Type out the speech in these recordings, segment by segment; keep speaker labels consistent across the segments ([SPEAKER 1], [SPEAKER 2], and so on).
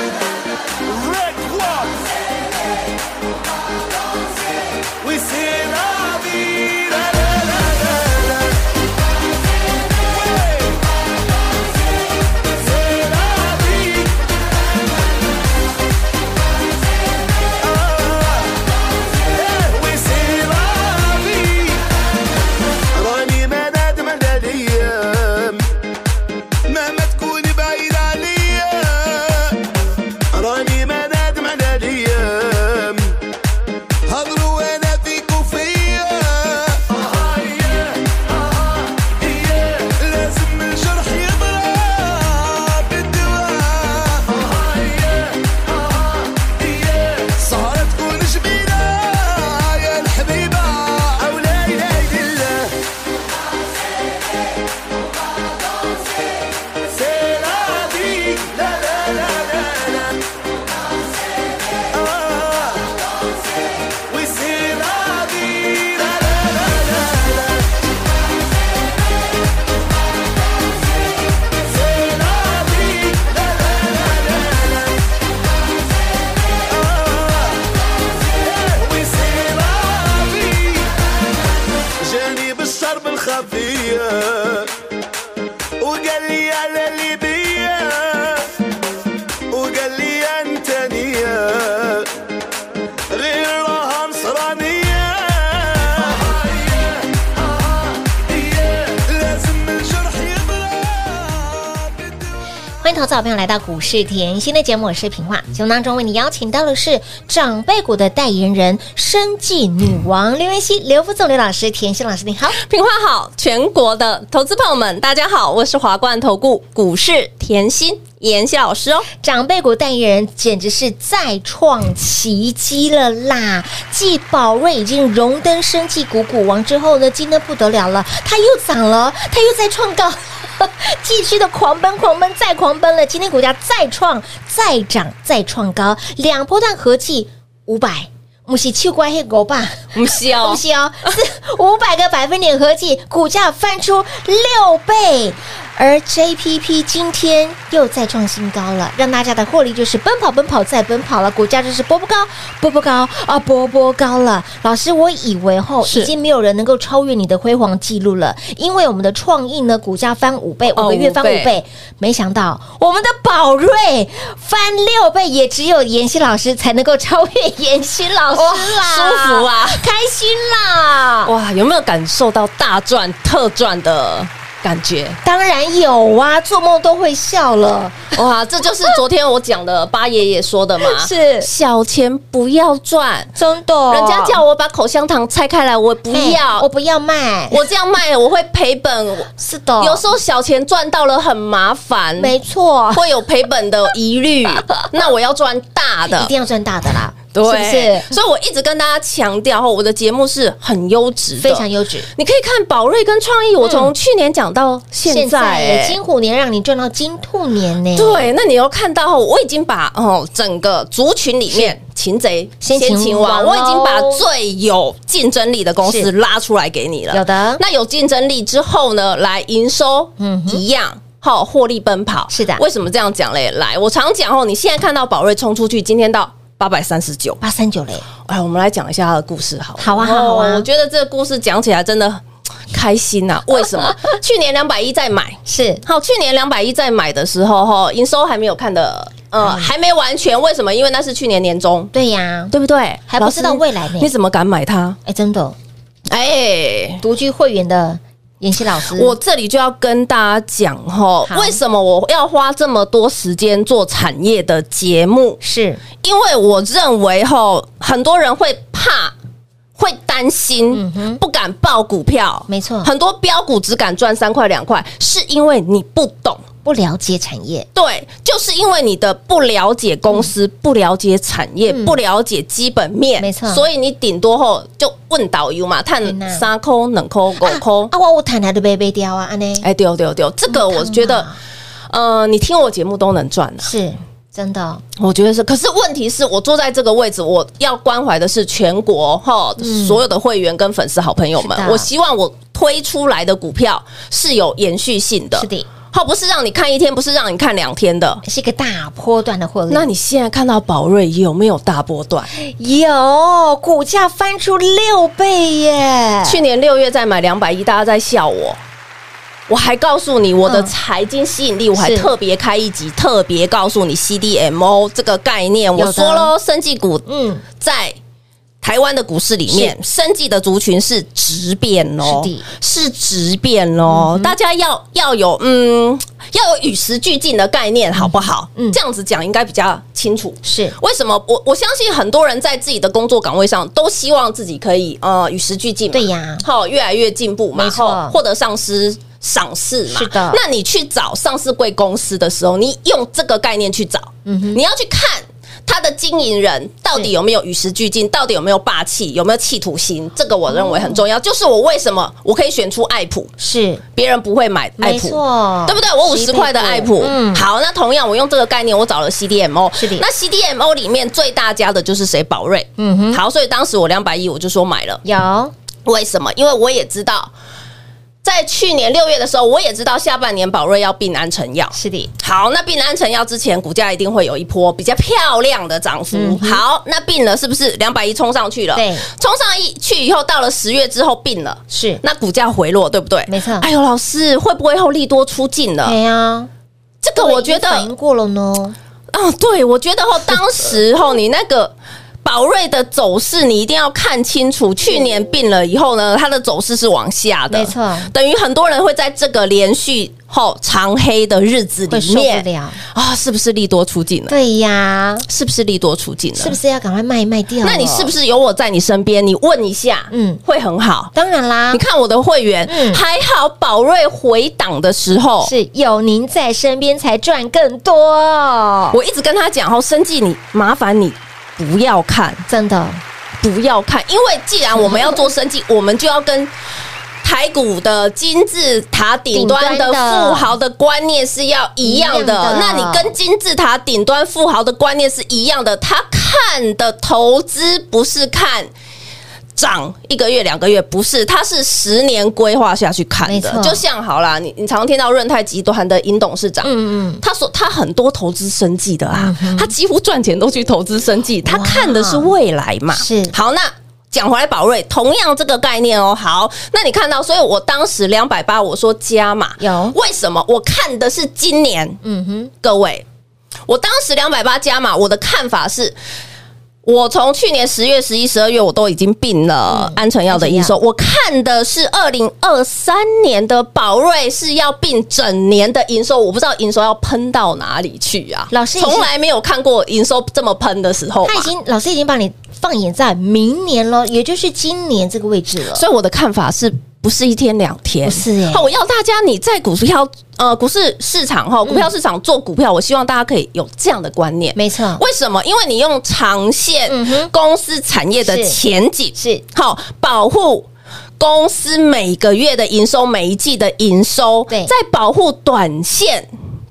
[SPEAKER 1] Red One. We say la vida. La, la, la, la. Wey. Say la vida. Ah. Yeah, we say la vida. راني ما نادم على الايام مهما تكون بعيد عليا راني ما نادم على الايام هضروا انا فيك وفيا لازم الجرح يضرب بالدواء سهرة تكون جميلة يا الحبيبة او لا اله الا الله C'est la vie, la la la la la. Ah, oui, c'est la vie, la la la la la. C'est la vie, la la la la la. Ah, eh, oui, c'est la vie. جاني بالشرب الخفيه وقال لي على اللي بيا وقال لي انت نية غير راها نصرانية لازم الجرح يضرب
[SPEAKER 2] 欢迎投资好朋友来到股市甜心的节目，我是平化。节目当中为你邀请到的是长辈股的代言人生计女王刘元熙、刘副总、刘老师、甜心老师，你好。
[SPEAKER 3] 平话好，全国的投资朋友们，大家好，我是华冠投顾股市甜心妍希老师哦。
[SPEAKER 2] 长辈股代言人简直是再创奇迹了啦！继宝瑞已经荣登生技股股王之后呢，今天不得了了，它又涨了，它又在创高。 继续的狂奔，狂奔，再狂奔了！今天股价再创、再涨、再创高，两波段合计五百，我们是七怪黑狗吧？
[SPEAKER 3] 不是哦
[SPEAKER 2] 恭，喜 哦，是五百个百分点合计，股价翻出六倍。而 JPP 今天又再创新高了，让大家的获利就是奔跑、奔跑再奔跑了，股价就是波波高、波波高啊，波波高了。老师，我以为后
[SPEAKER 3] 是
[SPEAKER 2] 已经没有人能够超越你的辉煌记录了，因为我们的创意呢，股价翻五倍，五
[SPEAKER 3] 哦
[SPEAKER 2] 个月翻五
[SPEAKER 3] 五倍
[SPEAKER 2] 倍，没想到我们的宝瑞翻六倍，也只有妍希老师才能够超越妍希老师
[SPEAKER 3] 哇
[SPEAKER 2] 啦，
[SPEAKER 3] 舒服啊
[SPEAKER 2] 开心啦！
[SPEAKER 3] 哇，有没有感受到大赚特赚的感觉？
[SPEAKER 2] 当然有啊，做梦都会笑了。
[SPEAKER 3] 哇，这就是昨天我讲的八爷爷说的嘛，
[SPEAKER 2] 是
[SPEAKER 3] 小钱不要赚，
[SPEAKER 2] 真的
[SPEAKER 3] 人家叫我把口香糖拆开来，我不
[SPEAKER 2] 嘿哦
[SPEAKER 3] 要，
[SPEAKER 2] 我
[SPEAKER 3] 我
[SPEAKER 2] 不要卖。
[SPEAKER 3] 我这样卖我会赔本，
[SPEAKER 2] 是的，
[SPEAKER 3] 有时候小钱赚到了很麻烦，
[SPEAKER 2] 没错，
[SPEAKER 3] 会有赔本的 疑虑，那我要赚大的
[SPEAKER 2] 一，定要赚大的啦，
[SPEAKER 3] 对，
[SPEAKER 2] 是不
[SPEAKER 3] 所以我一直跟大家强调，吼我的节目是很优质
[SPEAKER 2] 是
[SPEAKER 3] 的，
[SPEAKER 2] 非常。优质？
[SPEAKER 3] 你可以看宝瑞跟创意，我从去年讲到现在、哎
[SPEAKER 2] 金虎年让你赚到金兔年呢，，
[SPEAKER 3] 对，那你又看到吼，我已经把哦整个族群里面擒贼
[SPEAKER 2] 先擒王
[SPEAKER 3] 我已经把
[SPEAKER 2] 喽
[SPEAKER 3] 最有竞争力的公
[SPEAKER 2] 是
[SPEAKER 3] 司拉出来给你了。
[SPEAKER 2] 有的
[SPEAKER 3] 那有竞争力之后呢，来营收，
[SPEAKER 2] 嗯
[SPEAKER 3] 嗯，
[SPEAKER 2] 哼
[SPEAKER 3] 一样。好，获利奔跑
[SPEAKER 2] 是的
[SPEAKER 3] 为什么这样讲嘞？来，我常讲哦，你现在看到宝瑞冲出去，今天到八百三十九，
[SPEAKER 2] 八三九嘞，
[SPEAKER 3] 哎，我们来讲一下他的故事好了。哦
[SPEAKER 2] 好啊好啊好啊
[SPEAKER 3] 我觉得这个故事讲起来真的开心呐、为什么？ 去年两百一再买，
[SPEAKER 2] 是
[SPEAKER 3] 好，去年两百一再买的时候，哈，营收还没有看的，呃，
[SPEAKER 2] 嗯
[SPEAKER 3] 还没完全。为什么？因为那是去年年中，
[SPEAKER 2] 对呀，
[SPEAKER 3] 对不对？
[SPEAKER 2] 还不知道
[SPEAKER 3] 老师
[SPEAKER 2] 未来呢
[SPEAKER 3] 你怎么敢买它？
[SPEAKER 2] 哎，真的，
[SPEAKER 3] 哎。
[SPEAKER 2] 独居会员的妍希老师，
[SPEAKER 3] 我这里就要跟大家讲哈，
[SPEAKER 2] 嗯好
[SPEAKER 3] 为什么我要花这么多时间做产业的节目？
[SPEAKER 2] 是
[SPEAKER 3] 因为我认为吼，很多人会怕。会担心
[SPEAKER 2] 嗯，哼
[SPEAKER 3] 不敢报股票，
[SPEAKER 2] 没错
[SPEAKER 3] 很多标股只敢赚三块两块，是因为你不懂，
[SPEAKER 2] 不了解产业，
[SPEAKER 3] 对，就是因为你的不了解公司、不了解产业、不了解基本面，
[SPEAKER 2] 嗯没错
[SPEAKER 3] 所以你顶多后就问导游嘛，探
[SPEAKER 2] 呐
[SPEAKER 3] 三抠、冷抠、狗抠
[SPEAKER 2] 啊，，嗯我我谈谈都被被掉啊，安内
[SPEAKER 3] 哎，丢丢丢，这个我觉得，呃，你听我节目都能赚啊，
[SPEAKER 2] 是真的，
[SPEAKER 3] 我觉得是。可是问题是我坐在这个位置，我要关怀的是全国哈、所有的会员跟粉丝好朋友
[SPEAKER 2] 嗯
[SPEAKER 3] 们
[SPEAKER 2] 是，的
[SPEAKER 3] 我希望我推出来的股票是有延续性的，
[SPEAKER 2] 是的，
[SPEAKER 3] 好，不是让你看一天，不是让你看两天的。
[SPEAKER 2] 是一个大波段的获利。
[SPEAKER 3] 那你现在看到宝瑞有没有大波段？
[SPEAKER 2] 有股价翻出六倍耶！
[SPEAKER 3] 去年六月再买两百一，大家在笑我。我还告诉你我的
[SPEAKER 2] 嗯
[SPEAKER 3] 财经吸引力，我还
[SPEAKER 2] 是
[SPEAKER 3] 特别开一集，特别告诉你 CDMO 哦这个概念。
[SPEAKER 2] 的
[SPEAKER 3] 我说喽，生技股
[SPEAKER 2] 嗯，
[SPEAKER 3] 在台湾的股市里面，生技的族群是质变哦
[SPEAKER 2] 是的，嗯
[SPEAKER 3] 是质变哦，大家要要有嗯，要有与时俱进的概念，好不好？
[SPEAKER 2] 嗯
[SPEAKER 3] 这样子讲应该比较清楚。
[SPEAKER 2] 是
[SPEAKER 3] 为什么？我我相信很多人在自己的工作岗位上都希望自己可以呃与时俱进嘛，
[SPEAKER 2] 对呀
[SPEAKER 3] 好越来越进步嘛，
[SPEAKER 2] 没错
[SPEAKER 3] 齁获得上司赏识嘛，
[SPEAKER 2] 是的
[SPEAKER 3] 那你去找上市贵公司的时候，你用这个概念去找，
[SPEAKER 2] 嗯
[SPEAKER 3] 你要去看。他的经营人到底有没有与时俱进？到底有没有霸气？有没有企图心？这个我认为很重要。
[SPEAKER 2] 哦
[SPEAKER 3] 就是我为什么我可以选出爱普，
[SPEAKER 2] 是
[SPEAKER 3] 别人不会买爱
[SPEAKER 2] 没
[SPEAKER 3] 普，
[SPEAKER 2] 错，
[SPEAKER 3] 对不对？我五十块的爱普，
[SPEAKER 2] 嗯，
[SPEAKER 3] 好，那同样我用这个概念，我找了 CDMO，
[SPEAKER 2] 是的
[SPEAKER 3] 哦那 CDMO 哦里面最大家的就是谁？宝瑞，
[SPEAKER 2] 嗯哼
[SPEAKER 3] 好，所以当时我两百亿我就说买了，
[SPEAKER 2] 有
[SPEAKER 3] 为什么？因为我也知道，在去年六月的时候，我也知道下半年宝瑞要并安成药，
[SPEAKER 2] 是的，
[SPEAKER 3] 好，那并了安成药之前，股价一定会有一波比较漂亮的涨幅。好，那并了是不是两百一冲上去了？
[SPEAKER 2] 嗯对
[SPEAKER 3] 冲上一去以后，到了十月之后并了，
[SPEAKER 2] 是
[SPEAKER 3] 那股价回落，对不对？
[SPEAKER 2] 没错
[SPEAKER 3] 哎呦，老师会不会后利多出尽了？
[SPEAKER 2] 对哎呀，
[SPEAKER 3] 这个我觉得，
[SPEAKER 2] 反应过了呢，
[SPEAKER 3] 啊，对我觉得哦，当时哦，你那个。宝瑞的走势你一定要看清楚，去年病了以后呢，它的走势是往下的，
[SPEAKER 2] 没错
[SPEAKER 3] 等于很多人会在这个连续后长黑的日子
[SPEAKER 2] 会
[SPEAKER 3] 里
[SPEAKER 2] 受
[SPEAKER 3] 面
[SPEAKER 2] 不了。
[SPEAKER 3] 啊、是不是利多出尽了？
[SPEAKER 2] 对呀，
[SPEAKER 3] 是不是利多出尽了？
[SPEAKER 2] 是不？是要赶快卖卖掉？
[SPEAKER 3] 那你是不？是有我在你身边？你问一下，
[SPEAKER 2] 嗯
[SPEAKER 3] 嗯，会很好。
[SPEAKER 2] 当然啦
[SPEAKER 3] 你，看我的会员，
[SPEAKER 2] 嗯
[SPEAKER 3] 还好宝瑞回档的时候，
[SPEAKER 2] 是有您在身边才赚更多，
[SPEAKER 3] 我一直跟他讲哦，生计你麻烦你不要看，
[SPEAKER 2] 真的
[SPEAKER 3] 不要看，因为既然我们要做生计，我们就要跟。台股的金字塔顶端的
[SPEAKER 2] 顶端的
[SPEAKER 3] 富豪的观念是要一样的，
[SPEAKER 2] 一样的
[SPEAKER 3] 那你跟金字塔顶端富豪的观念是一样的，他看的投资不是看涨一个月、两个月，不是，他是十年规划下去看
[SPEAKER 2] 没
[SPEAKER 3] 的
[SPEAKER 2] 错。
[SPEAKER 3] 就像好啦，你你常听到润泰集团的尹董事长，
[SPEAKER 2] 嗯
[SPEAKER 3] 他说他很多投资生计的啊，他几乎赚钱都去投资生计，他
[SPEAKER 2] 哇
[SPEAKER 3] 看的是未来嘛。
[SPEAKER 2] 是
[SPEAKER 3] 好那。讲回来，宝瑞同样这个概念哦。好，那你看到，所以我当时两百八，我说加码，
[SPEAKER 2] 有
[SPEAKER 3] 为什么？我看的是今年，
[SPEAKER 2] 嗯哼，
[SPEAKER 3] 各位，我当时两百八加码，我的看法是。我从去年十月、十一、十二月，我都已经并
[SPEAKER 2] 嗯
[SPEAKER 3] 了安诚药的营收。我看的是二零二三年的宝瑞是要并整年的营收，我不知道营收要喷到哪里去啊！
[SPEAKER 2] 老师你是
[SPEAKER 3] 从来没有看过营收这么喷的时候吧
[SPEAKER 2] 他已经老师已经帮你放眼在明年了，也就是今年这个位置了，
[SPEAKER 3] 所以我的看法是不是一天两天？
[SPEAKER 2] 不是耶
[SPEAKER 3] 哦我要大家你在股票呃股市市场哈，股票市场做股票，我希望大家可以有这样的观念。
[SPEAKER 2] 没错，
[SPEAKER 3] 为什么？因为你用长线
[SPEAKER 2] 嗯哼
[SPEAKER 3] 公司产业的
[SPEAKER 2] 是
[SPEAKER 3] 前景
[SPEAKER 2] 是
[SPEAKER 3] 好保护。公司每个月的营收，每一季的营收，
[SPEAKER 2] 对
[SPEAKER 3] 在保护短线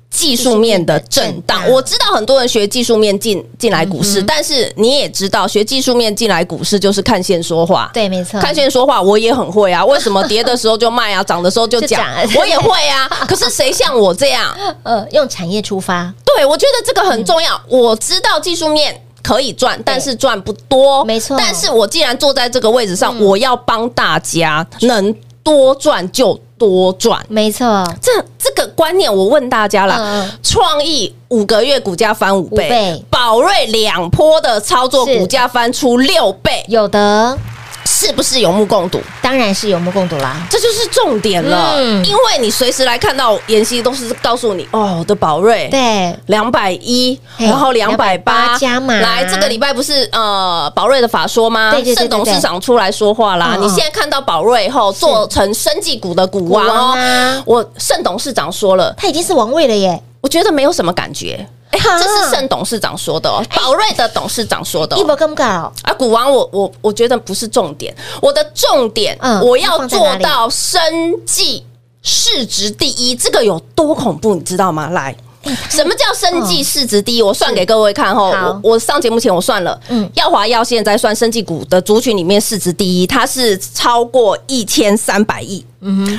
[SPEAKER 3] 技术面的震
[SPEAKER 2] 技术面的震
[SPEAKER 3] 荡。
[SPEAKER 2] 荡嗯
[SPEAKER 3] 我知道很多人学技术面进进来股市，但是你也知道，学技术面进来股市就是看线说话。
[SPEAKER 2] 对，没错，
[SPEAKER 3] 看线说话，我也很会啊。为什么跌的时候就卖啊，涨的时候就
[SPEAKER 2] 就
[SPEAKER 3] 讲
[SPEAKER 2] 涨？
[SPEAKER 3] 我也会啊。可是谁像我这样？
[SPEAKER 2] 呃，用产业出发，
[SPEAKER 3] 对，我觉得这个很重要。
[SPEAKER 2] 嗯
[SPEAKER 3] 我知道技术面。可以赚，但是赚不多，
[SPEAKER 2] 没错嗯
[SPEAKER 3] 但是我既然坐在这个位置上，我要帮大家能多赚就多赚。
[SPEAKER 2] 没错，
[SPEAKER 3] 这这个观念，我问大家
[SPEAKER 2] 嗯
[SPEAKER 3] 啦，创意五个月股价翻五
[SPEAKER 2] 五
[SPEAKER 3] 倍
[SPEAKER 2] 倍，
[SPEAKER 3] 宝瑞两波的操作
[SPEAKER 2] 是
[SPEAKER 3] 股价翻出六倍，
[SPEAKER 2] 有的
[SPEAKER 3] 是不是有目共睹？
[SPEAKER 2] 当然是有目共睹啦。
[SPEAKER 3] 这就是重点了，
[SPEAKER 2] 嗯
[SPEAKER 3] 因为你随时来看到妍希都是告诉你哦，我的宝瑞
[SPEAKER 2] 对，
[SPEAKER 3] 两百一，
[SPEAKER 2] 嘿
[SPEAKER 3] 然后两百八
[SPEAKER 2] 280加码
[SPEAKER 3] 来，这个礼拜不是呃宝瑞的法说吗？
[SPEAKER 2] 对对对对
[SPEAKER 3] 盛董事长出来说话啦。
[SPEAKER 2] 嗯嗯
[SPEAKER 3] 你现在看到宝瑞后做成生技股的股王
[SPEAKER 2] 股王
[SPEAKER 3] 哦
[SPEAKER 2] 啊，
[SPEAKER 3] 我盛董事长说了，
[SPEAKER 2] 他已经是王位了耶，
[SPEAKER 3] 我觉得没有什么感觉。哎
[SPEAKER 2] 哈
[SPEAKER 3] 这是盛董事长说的哦，宝瑞的董事长说的哦
[SPEAKER 2] 一。波更高，
[SPEAKER 3] 啊，股王我，我我觉得不是重点，我的重点，
[SPEAKER 2] 嗯
[SPEAKER 3] 我要做到生计市值第一，这个有多恐怖，你知道吗？来，
[SPEAKER 2] 哎
[SPEAKER 3] 什么叫生计市值第一？我算给各位看哦。
[SPEAKER 2] 嗯好
[SPEAKER 3] 我我上节目前我算了，
[SPEAKER 2] 嗯
[SPEAKER 3] 耀华药现在算生计股的族群里面市值第一，它是超过一千三百亿，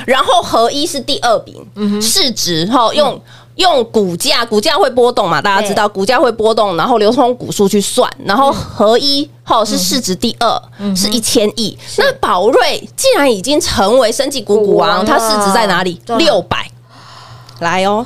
[SPEAKER 3] 然后合一是第二名，市值哈用。用股价，股价会波动嘛？大家知道，股价会波动，然后流通股数去算，然后合一哈是市值第二，是一千亿。那宝瑞既然已经成为升级嗯股股王，
[SPEAKER 2] 股王
[SPEAKER 3] 它市值在哪里
[SPEAKER 2] 对？
[SPEAKER 3] 六百，来哦。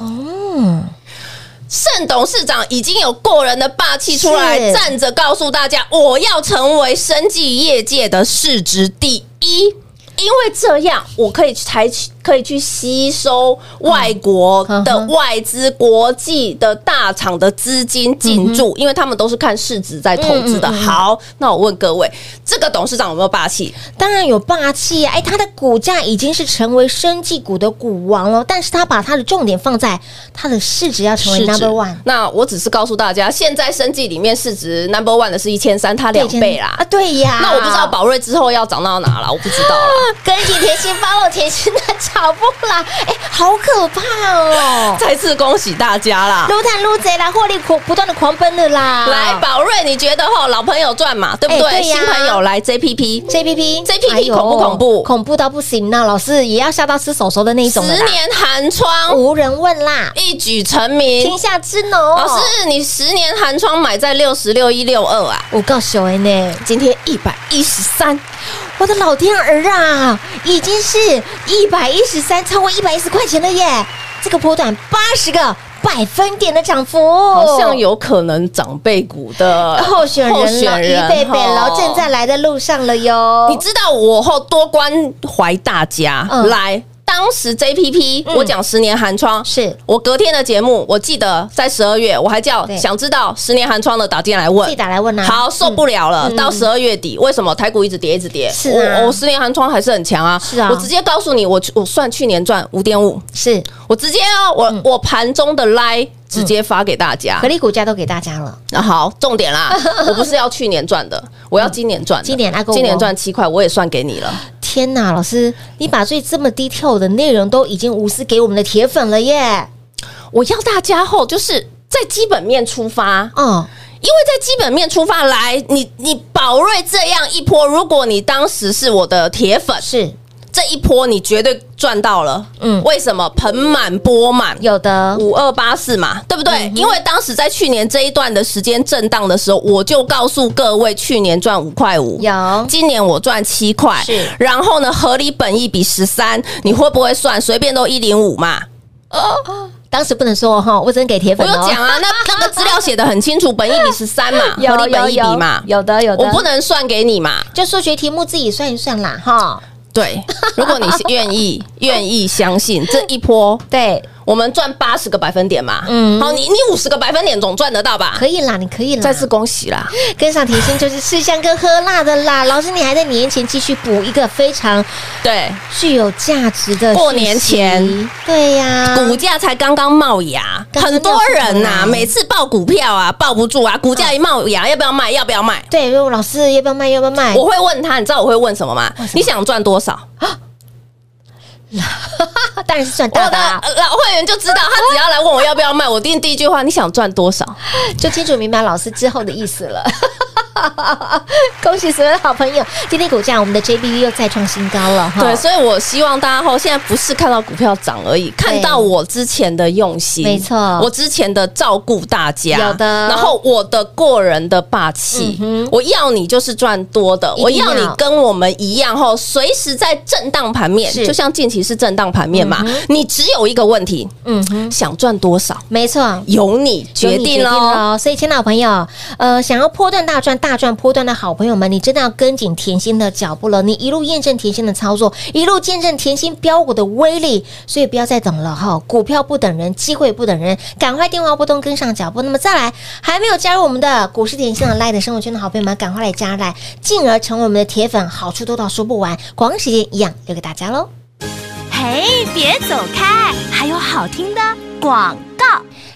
[SPEAKER 3] 盛董事长已经有过人的霸气出来，
[SPEAKER 2] 是
[SPEAKER 3] 站着告诉大家，我要成为生技业界的市值第一，因为这样我可以才可以去吸收外国
[SPEAKER 2] 嗯
[SPEAKER 3] 的
[SPEAKER 2] 嗯哼
[SPEAKER 3] 外资、国际的大厂的资金进驻，因为他们都是看市值在投资
[SPEAKER 2] 嗯
[SPEAKER 3] 的。
[SPEAKER 2] 嗯嗯嗯嗯
[SPEAKER 3] 好，那我问各位，这个董事长有没有霸气？
[SPEAKER 2] 当然有霸气啊！哎，它的股价已经是成为生技股的股王了，但是它把它的重点放在它的市值要成为
[SPEAKER 3] 市值
[SPEAKER 2] number one。
[SPEAKER 3] 那我只是告诉大家，现在生技里面市值 number one 的是一千三，它两倍啦
[SPEAKER 2] 啊！。对呀，
[SPEAKER 3] 那我不知道宝瑞之后要涨到哪了，我不知道啦。
[SPEAKER 2] 跟紧甜心 follow 甜心的脚步啦！哎，好可怕 哦！
[SPEAKER 3] 再次恭喜大家啦！
[SPEAKER 2] 撸探撸贼啦，获利狂不断的狂奔的啦！
[SPEAKER 3] 来，宝瑞，你觉得吼老朋友赚嘛，对不
[SPEAKER 2] 哎
[SPEAKER 3] 对？
[SPEAKER 2] 对呀
[SPEAKER 3] 新朋友来 JPP，
[SPEAKER 2] JPP
[SPEAKER 3] JPP
[SPEAKER 2] 哎呦
[SPEAKER 3] 恐不恐怖
[SPEAKER 2] 恐怖到不行呐！老师也要吓到吃手手的那一
[SPEAKER 3] 十
[SPEAKER 2] 种的啦，
[SPEAKER 3] 年寒窗
[SPEAKER 2] 无人问啦，
[SPEAKER 3] 一举成名
[SPEAKER 2] 天。下之农。
[SPEAKER 3] 哎老师，你十年寒窗买在六十六一六二啊，
[SPEAKER 2] 我告诉你呢，
[SPEAKER 3] 今天一百一十三，
[SPEAKER 2] 我的老天儿啊，已经是一百一十三，超过一百一十块钱了耶！这个波段八十个百分点的涨幅，
[SPEAKER 3] 好像有可能长辈股的
[SPEAKER 2] 候选人
[SPEAKER 3] 哦候
[SPEAKER 2] 了，
[SPEAKER 3] 选人
[SPEAKER 2] 于贝贝
[SPEAKER 3] 吼
[SPEAKER 2] 喽，正在来的路上了哟。
[SPEAKER 3] 你知道我后多关怀大家、
[SPEAKER 2] 嗯
[SPEAKER 3] 来。当时 JPP，、
[SPEAKER 2] 嗯
[SPEAKER 3] 我讲十年寒窗，
[SPEAKER 2] 是
[SPEAKER 3] 我隔天的节目，我记得在十二月，我还叫
[SPEAKER 2] 对
[SPEAKER 3] 想知道十年寒窗的打进来
[SPEAKER 2] 自
[SPEAKER 3] 问
[SPEAKER 2] 己。打来问啊。
[SPEAKER 3] 好，受不了了！
[SPEAKER 2] 嗯
[SPEAKER 3] 到十二月底，为什么台股一直跌，一直跌？
[SPEAKER 2] 是啊
[SPEAKER 3] 我我十年寒窗还是很强啊！
[SPEAKER 2] 是啊
[SPEAKER 3] 我直接告诉你，我我算去年赚五点五，
[SPEAKER 2] 嗯是
[SPEAKER 3] 我直接哦，
[SPEAKER 2] 嗯
[SPEAKER 3] 我、我盘中的 line 直接发给大家
[SPEAKER 2] 合。力股价都给大家了，
[SPEAKER 3] 那好，重 点啦，我不是要去年赚的，我要今年赚的。
[SPEAKER 2] 嗯今年阿公
[SPEAKER 3] 今年
[SPEAKER 2] 我
[SPEAKER 3] 赚七块，我也算给你了。
[SPEAKER 2] 天哪，老师，你把最这么低调的内容都已经无私给我们的铁粉了耶！
[SPEAKER 3] 我要大家后就是在基本面出发，
[SPEAKER 2] 哦，
[SPEAKER 3] 因为在基本面出发来，你你宝瑞这样一波，如果你当时是我的铁粉，
[SPEAKER 2] 是
[SPEAKER 3] 这一波你绝对赚到了。
[SPEAKER 2] 嗯
[SPEAKER 3] 为什么盆满钵满？
[SPEAKER 2] 有的，
[SPEAKER 3] 五二八四嘛，对不对？
[SPEAKER 2] 嗯
[SPEAKER 3] 因为当时在去年这一段的时间震荡的时候，我就告诉各位，去年赚五块五，
[SPEAKER 2] 有
[SPEAKER 3] 今年我赚七块，
[SPEAKER 2] 是
[SPEAKER 3] 然后呢，合理本益比十三，你会不会算？随便都一零五嘛，
[SPEAKER 2] 当时不能说哈，我只能给铁
[SPEAKER 3] 我
[SPEAKER 2] 粉
[SPEAKER 3] 有
[SPEAKER 2] 哦。
[SPEAKER 3] 讲啊，那那个资料写的很清楚，本益比十三嘛，
[SPEAKER 2] 有
[SPEAKER 3] 合理本益比嘛，
[SPEAKER 2] 有有有的有的
[SPEAKER 3] 我不能算给你嘛。
[SPEAKER 2] 就数学题目自己算一算啦，哈。
[SPEAKER 3] 对，如果你是愿 意愿意相信这一波，
[SPEAKER 2] 对，
[SPEAKER 3] 我们赚八十个百分点嘛，嗯，啊
[SPEAKER 2] 嗯
[SPEAKER 3] 好，你你五十个百分点总赚得到吧？
[SPEAKER 2] 可以啦，你可以啦。
[SPEAKER 3] 再次恭喜啦！
[SPEAKER 2] 跟上甜心就是吃香跟喝辣的啦。老师，你还在年前继续补一个非常
[SPEAKER 3] 对，
[SPEAKER 2] 具有价值的
[SPEAKER 3] 过年前
[SPEAKER 2] 讯息，对呀、
[SPEAKER 3] 股价才刚啊刚冒芽，
[SPEAKER 2] 刚刚
[SPEAKER 3] 很多人
[SPEAKER 2] 冒
[SPEAKER 3] 呐、
[SPEAKER 2] 芽
[SPEAKER 3] 每次报股票啊，抱不住啊，股价一冒芽，要不要卖？要不要卖？
[SPEAKER 2] 对，如果老师要不要卖？要不要卖？
[SPEAKER 3] 我会问他，你知道我会哎问什么吗？你想赚多少？
[SPEAKER 2] 当然是赚
[SPEAKER 3] 我
[SPEAKER 2] 大
[SPEAKER 3] 的
[SPEAKER 2] 的、啊，
[SPEAKER 3] 呃老会员就知道，他只要来问我要不要卖，我定第一句话，你想赚多少？
[SPEAKER 2] 就清楚明白老师之后的意思了。 恭喜所有的好朋友，今天股价我们的 JBV 又再创新高了哈。
[SPEAKER 3] 对，所以我希望大家后现在不是看到股票涨而已，看到我之前的用心，
[SPEAKER 2] 没错
[SPEAKER 3] 我之前的照顾大家，
[SPEAKER 2] 有的
[SPEAKER 3] 然后我的过人的霸气，
[SPEAKER 2] 嗯哼
[SPEAKER 3] 我要你就是赚多的，
[SPEAKER 2] 一
[SPEAKER 3] 我
[SPEAKER 2] 定要
[SPEAKER 3] 要你跟我们一样，后随时在震荡盘面，
[SPEAKER 2] 是
[SPEAKER 3] 就像近期是震荡盘面嘛，你只有一个问题，
[SPEAKER 2] 嗯哼，
[SPEAKER 3] 想赚多少，
[SPEAKER 2] 没错。
[SPEAKER 3] 由你决
[SPEAKER 2] 由
[SPEAKER 3] 定
[SPEAKER 2] 你
[SPEAKER 3] 喽。
[SPEAKER 2] 咯所以，亲爱的朋友，呃，想要破断大赚，大赚波段的好朋友们，你真的要跟紧甜心的脚步了。你一路验证甜心的操作，一路见证甜心标股的威力，所以不要再等了哈，股票不等人，机会不等人，赶快电话拨通跟上脚步。那么再来，还没有加入我们的股市甜心的 l i 的生活圈的好朋友们，赶快来加来，进而成为我们的铁粉，好处多到说不完。广告时间一样留给大家喽。
[SPEAKER 4] 嘿，别走开，还有好听的广告。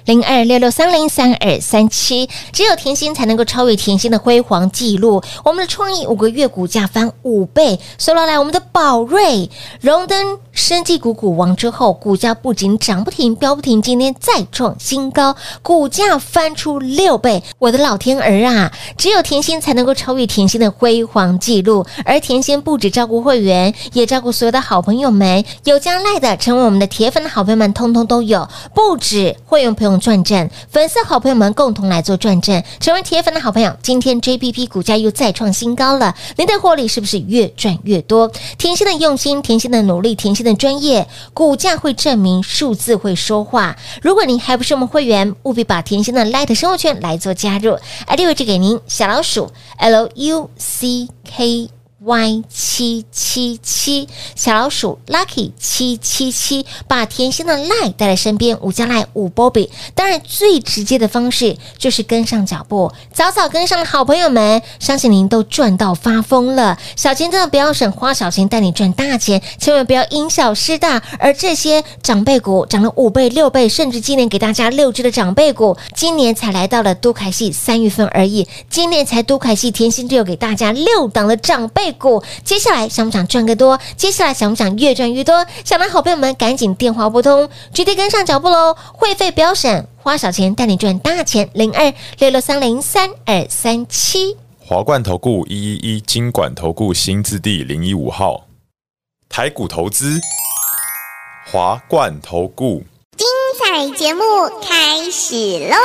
[SPEAKER 2] 零二六六三零三二三七，只有甜心才能够超越甜心的辉煌记录。我们的创意五个月股价翻五倍，所以来我们的宝瑞荣登生技股股王之后，股价不仅涨不停、飙不停，今天再创新高，股价翻出六倍。我的老天儿啊！只有甜心才能够超越甜心的辉煌记录，而甜心不止照顾会员，也照顾所有的好朋友们，有加赖的成为我们的铁粉的好朋友们，通通都有。不止会员朋友转正，粉丝好朋友们共同来做转正，成为铁粉的好朋友。今天 JPP 股价又再创新高了，您的获利是不是越赚越多？甜心的用心，甜心的努力，甜心的专业，股价会证明，数字会说话。如果您还不是我们会员，务必把甜心的 Light 生活圈来做加入，ID 位置给您小老鼠 L U C K。Y 七七七小老鼠 Lucky 七七七，把甜心的 Lie 带在身边，五加 Lie 五 Bobby。当然，最直接的方式就是跟上脚步，早早跟上的好朋友们，相信您都赚到发疯了。小钱真的不要省，花小钱带你赚大钱，千万不要因小失大。而这些长辈股涨了五倍、六倍，甚至今年给大家六只的长辈股，今年才来到了都凯系三月份而已，今年才都凯系甜心就有给大家六档的长辈股。接下来想不想赚更多？接下来想不想越赚越多？想的好朋友们赶紧电话拨通，直接跟上脚步喽！会费不要省，花小钱带你赚大钱。零二六六三零三二三七。
[SPEAKER 5] 华冠投顾一一一金管投顾新字第零一五号，台股投资，华冠投顾。
[SPEAKER 6] 彩节目开始喽！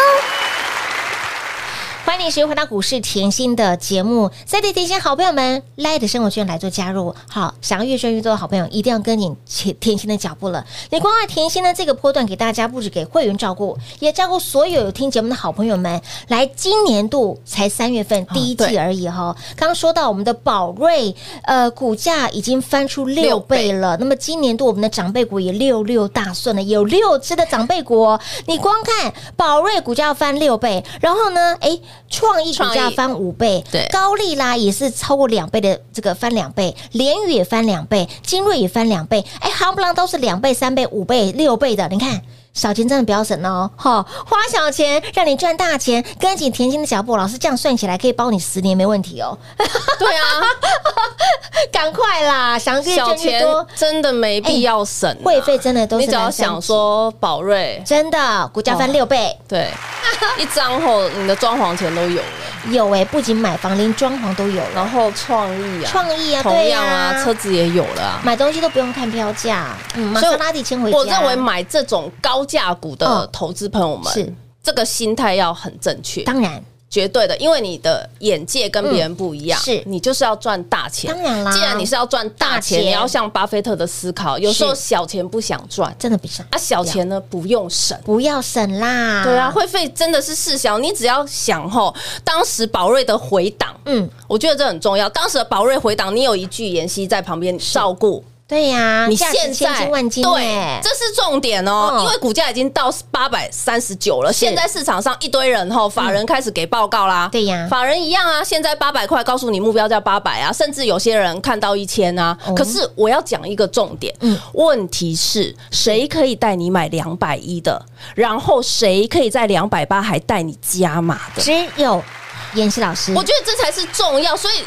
[SPEAKER 2] 欢迎你，时回到股市甜心的节目，在地甜心好朋友们 l i 的生活圈来做加入。好，想要越赚越多的好朋友，一定要跟紧甜甜心的脚步了。你光爱甜心的这个波段给大家，不止给会员照顾，也照顾所有有听节目的好朋友们。来，今年度才三月份第一季
[SPEAKER 3] 对
[SPEAKER 2] 而已哈、刚刚说到我们的宝瑞，呃，股价已经翻出六
[SPEAKER 3] 六倍
[SPEAKER 2] 倍了。那么今年度我们的长辈股也六六大顺了，有六只的长辈股、哦。你光看宝瑞股价要翻六倍，然后呢，诶，创意股价
[SPEAKER 3] 创意
[SPEAKER 2] 翻五倍，
[SPEAKER 3] 对
[SPEAKER 2] 高丽啦也是超过两倍的这个翻两倍，联宇也翻两倍，精锐也翻两倍，哎，夯不啷都是两倍、三倍、五倍、六倍的，你看。小钱真的不要省哦，哈、花小钱让你赚大钱，跟紧甜心的脚步，老师这样算起来可以包你十年没问题哦。
[SPEAKER 3] 对啊，
[SPEAKER 2] 赶快啦，想越
[SPEAKER 3] 小
[SPEAKER 2] 赚越
[SPEAKER 3] 钱
[SPEAKER 2] 多，
[SPEAKER 3] 真的没必要省啊，
[SPEAKER 2] 会费真的都是
[SPEAKER 3] 你只要
[SPEAKER 2] 男生
[SPEAKER 3] 想说宝瑞，
[SPEAKER 2] 真的股价翻
[SPEAKER 3] 哇
[SPEAKER 2] 六倍，
[SPEAKER 3] 对，一张后你的装潢钱都有了，
[SPEAKER 2] 有哎、不仅买房，连装潢都有了，
[SPEAKER 3] 然后创意啊，
[SPEAKER 2] 创意啊，
[SPEAKER 3] 同
[SPEAKER 2] 对
[SPEAKER 3] 样啊，
[SPEAKER 2] 呀
[SPEAKER 3] 车子也有了啊。
[SPEAKER 2] 买东西都不用看标价，嗯，玛莎拉蒂先回家。
[SPEAKER 3] 我认为买这种高价股的
[SPEAKER 2] 嗯
[SPEAKER 3] 投资朋友们，
[SPEAKER 2] 是
[SPEAKER 3] 这个心态要很正确，
[SPEAKER 2] 当然，
[SPEAKER 3] 绝对的，因为你的眼界跟别人不一样，
[SPEAKER 2] 嗯是
[SPEAKER 3] 你就是要赚大钱。
[SPEAKER 2] 当然啦
[SPEAKER 3] 既然你是要赚大
[SPEAKER 2] 大
[SPEAKER 3] 钱，
[SPEAKER 2] 钱
[SPEAKER 3] 你要像巴菲特的思考，有时候小钱不想赚，
[SPEAKER 2] 真的不上
[SPEAKER 3] 啊，小钱呢不用省。
[SPEAKER 2] 不要省啦。
[SPEAKER 3] 对啊，会费真的是事小，你只要想吼，当时宝瑞的回档，
[SPEAKER 2] 嗯，
[SPEAKER 3] 我觉得这很重要。当时的宝瑞回档，你有一句妍希在旁边照顾，
[SPEAKER 2] 对呀，
[SPEAKER 3] 你
[SPEAKER 2] 价值
[SPEAKER 3] 现
[SPEAKER 2] 千
[SPEAKER 3] 在
[SPEAKER 2] 金万金
[SPEAKER 3] 对
[SPEAKER 2] 哎，，
[SPEAKER 3] 这是重点哦，
[SPEAKER 2] 嗯
[SPEAKER 3] 因为股价已经到八百三十九了，现在市场上一堆人吼，法人开始给报告啦，
[SPEAKER 2] 嗯对呀
[SPEAKER 3] 法人一样啊，现在八百块告诉你目标价八百啊，甚至有些人看到一千啊
[SPEAKER 2] 哦，嗯
[SPEAKER 3] 可是我要讲一个重点，问题是谁可以带你买两百一的，然后谁可以在两百八还带你加码的？
[SPEAKER 2] 只有妍希老师，
[SPEAKER 3] 我觉得这才是重要，所以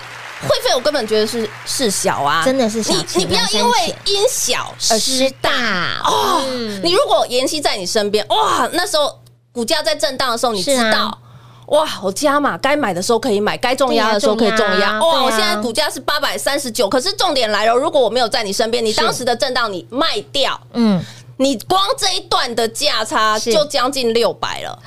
[SPEAKER 3] 会费我根本觉得是事小啊，
[SPEAKER 2] 真的是小
[SPEAKER 3] 你
[SPEAKER 2] 钱
[SPEAKER 3] 你不要
[SPEAKER 2] 难
[SPEAKER 3] 因
[SPEAKER 2] 生
[SPEAKER 3] 为
[SPEAKER 2] 钱
[SPEAKER 3] 因小
[SPEAKER 2] 耳
[SPEAKER 3] 失
[SPEAKER 2] 失大
[SPEAKER 3] 哦，你如果妍希在你身边，哇，那时候股价在震荡的时候，你
[SPEAKER 2] 是
[SPEAKER 3] 知
[SPEAKER 2] 啊
[SPEAKER 3] 道。哇，我加码，该买的时候可以买，该重压的时候可以重
[SPEAKER 2] 对
[SPEAKER 3] 压。
[SPEAKER 2] 啊对啊
[SPEAKER 3] 哇，我现在股价是八百三十九，可是重点来了，如果我没有在你身边，你
[SPEAKER 2] 是
[SPEAKER 3] 当时的震荡你卖掉，
[SPEAKER 2] 嗯，
[SPEAKER 3] 你光这一段的价差
[SPEAKER 2] 是
[SPEAKER 3] 就将近六百了。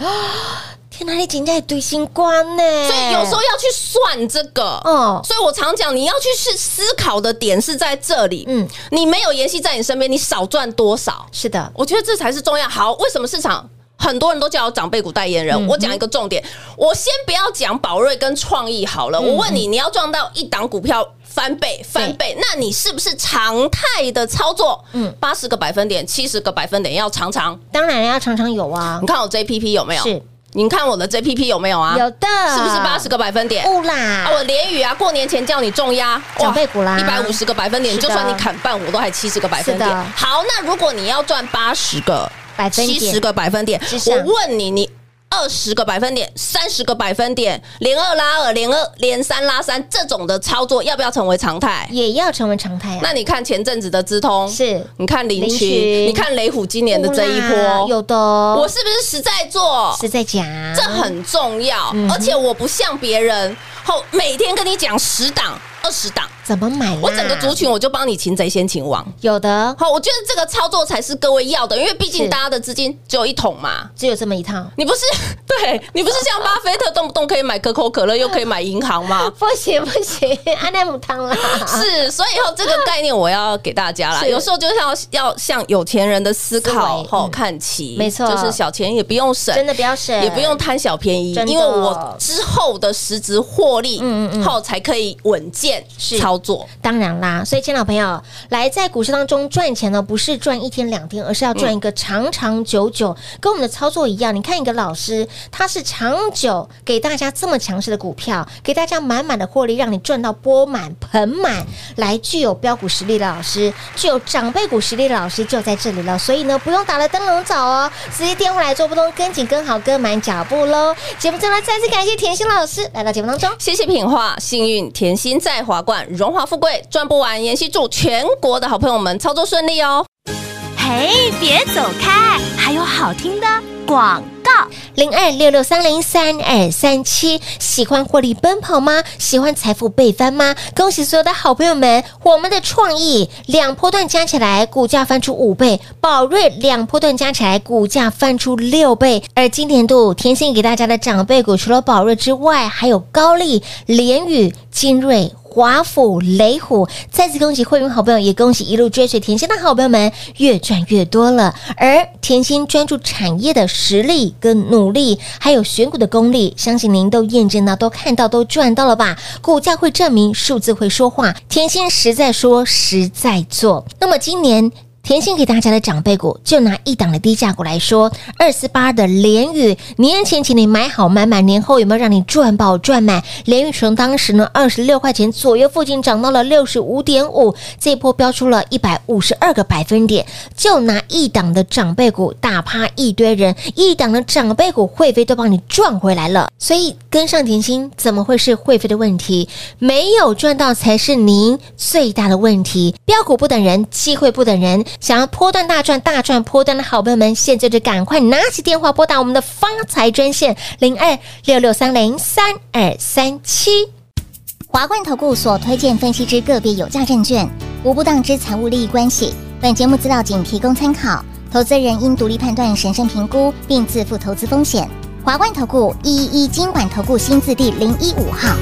[SPEAKER 2] 天哪，你今天也堆新官呢，
[SPEAKER 3] 所以有时候要去算这个，
[SPEAKER 2] 哦
[SPEAKER 3] 所以我常讲，你要去去思考的点是在这里。
[SPEAKER 2] 嗯
[SPEAKER 3] 嗯，你没有妍希在你身边，你少赚多少？
[SPEAKER 2] 是的，
[SPEAKER 3] 我觉得这才是重要。好，为什么市场很多人都叫我长辈股代言人。我讲一个重点，我先不要讲宝瑞跟创意好了。我问你，你要赚到一档股票翻倍，翻倍，那你是不是常态的操作？嗯，八十个百分点，七十个百分点要常常。
[SPEAKER 2] 当然要常常有啊
[SPEAKER 3] 你，看我 JPP 有没有？
[SPEAKER 2] 是，
[SPEAKER 3] 你看我的 JPP 有没有啊？
[SPEAKER 2] 有的，
[SPEAKER 3] 是不是八十个百分点？
[SPEAKER 2] 不啦
[SPEAKER 3] 啊，？我连宇啊，过年前叫你重压
[SPEAKER 2] 长辈股啦
[SPEAKER 3] 一百五十个百分点，
[SPEAKER 2] 是的
[SPEAKER 3] 就算你砍半，我都还七十个百分点
[SPEAKER 2] 是的。
[SPEAKER 3] 好，那如果你要赚八十个
[SPEAKER 2] 百分
[SPEAKER 3] 七
[SPEAKER 2] 点
[SPEAKER 3] 十个百分点
[SPEAKER 2] 之，上
[SPEAKER 3] 我问你，你。二十个百分点，三十个百分点，连二拉二，连二连三拉三，这种的操作要不要成为常态？
[SPEAKER 2] 也要成为常态啊
[SPEAKER 3] 那。你看前阵子的资通，
[SPEAKER 2] 是
[SPEAKER 3] 你看林
[SPEAKER 2] 林
[SPEAKER 3] 群，
[SPEAKER 2] 群
[SPEAKER 3] 你看雷虎今年的这一
[SPEAKER 2] 不啦
[SPEAKER 3] 波，
[SPEAKER 2] 有的
[SPEAKER 3] 我
[SPEAKER 2] 哦，
[SPEAKER 3] 是不是实在做？
[SPEAKER 2] 是在讲，
[SPEAKER 3] 这很重要，
[SPEAKER 2] 嗯哼
[SPEAKER 3] 而且我不像别人，后每天跟你讲十档、二十档，
[SPEAKER 2] 怎么买啦？
[SPEAKER 3] 我整个族群我就帮你擒贼先擒王。
[SPEAKER 2] 有的
[SPEAKER 3] 好，我觉得这个操作才是各位要的，因为毕
[SPEAKER 2] 是
[SPEAKER 3] 竟大家的资金只有一桶嘛。
[SPEAKER 2] 只有这么一套，
[SPEAKER 3] 你不是 对你不是像巴菲特动不动可以买可口可乐，又可以买银行吗？
[SPEAKER 2] 不行不行， 安奈姆汤啦，
[SPEAKER 3] 是，所以以后这个概念我要给大家啦。
[SPEAKER 2] 是
[SPEAKER 3] 有时候就是要要向有钱人的思考
[SPEAKER 2] 思维
[SPEAKER 3] 后
[SPEAKER 2] 嗯
[SPEAKER 3] 看齐，
[SPEAKER 2] 没错
[SPEAKER 3] 就是小钱也不用省，
[SPEAKER 2] 真的不要省，
[SPEAKER 3] 也不用贪小便宜
[SPEAKER 2] 真，的
[SPEAKER 3] 因为我之后的实质获利，
[SPEAKER 2] 嗯嗯嗯
[SPEAKER 3] 后才可以稳健
[SPEAKER 2] 是
[SPEAKER 3] 操作。
[SPEAKER 2] 当然啦，所以，亲老朋友，来在股市当中赚钱呢，不是赚一天两天，而是要赚一个长长久久，跟我们的操作一样。你看一个老师，他是长久给大家这么强势的股票，给大家满满的获利，让你赚到钵满盆满。来，具有标股实力的老师，具有长辈股实力的老师就在这里了。所以呢，不用打了灯笼早哦，直接电话来做不通，跟紧跟好跟满脚步喽。节目最后呢再次感谢甜心老师来到节目当中。
[SPEAKER 3] 谢谢品画，幸运甜心在华冠，荣华富贵赚不完。妍希祝全国的好朋友们操作顺利哦！
[SPEAKER 4] 嘿，别走开，还有好听的广告。
[SPEAKER 2] 零二六六三零三二三七。喜欢获利奔跑吗？喜欢财富倍翻吗？恭喜所有的好朋友们，我们的创意两波段加起来股价翻出五倍，宝瑞两波段加起来股价翻出六倍。而今年度甜心给大家的长辈股，除了宝瑞之外，还有高丽、联宇、金瑞。华府、雷虎，再次恭喜会员好朋友，也恭喜一路追随甜心的好朋友们，越赚越多了。而甜心专注产业的实力跟努力，还有选股的功力，相信您都验证到、都看到、都赚到了吧？股价会证明，数字会说话。甜心实在说，实在做。那么今年。甜心给大家的长辈股，就拿一档的低价股来说，二四八的联宇，年前请你买好买满，年后有没有让你赚饱赚满？联宇从当时呢二十六块钱左右附近涨到了六十五点五，这一波飙出了一百五十二个百分点。就拿一档的长辈股打趴一堆人，一档的长辈股会飞都帮你赚回来了，所以跟上甜心怎么会是会飞的问题？没有赚到才是您最大的问题。标股不等人，机会不等人。想要波段大赚、大赚波段的好朋友们，现在就赶快拿起电话拨打我们的发财专线零二六六三零三二三七。
[SPEAKER 6] 华冠投顾所推荐分析之个别有价证券，无不当之财务利益关系。本节目资料仅提供参考，投资人应独立判断、审慎评估，并自负投资风险。华冠投顾一一一金管投顾新字第零一五号。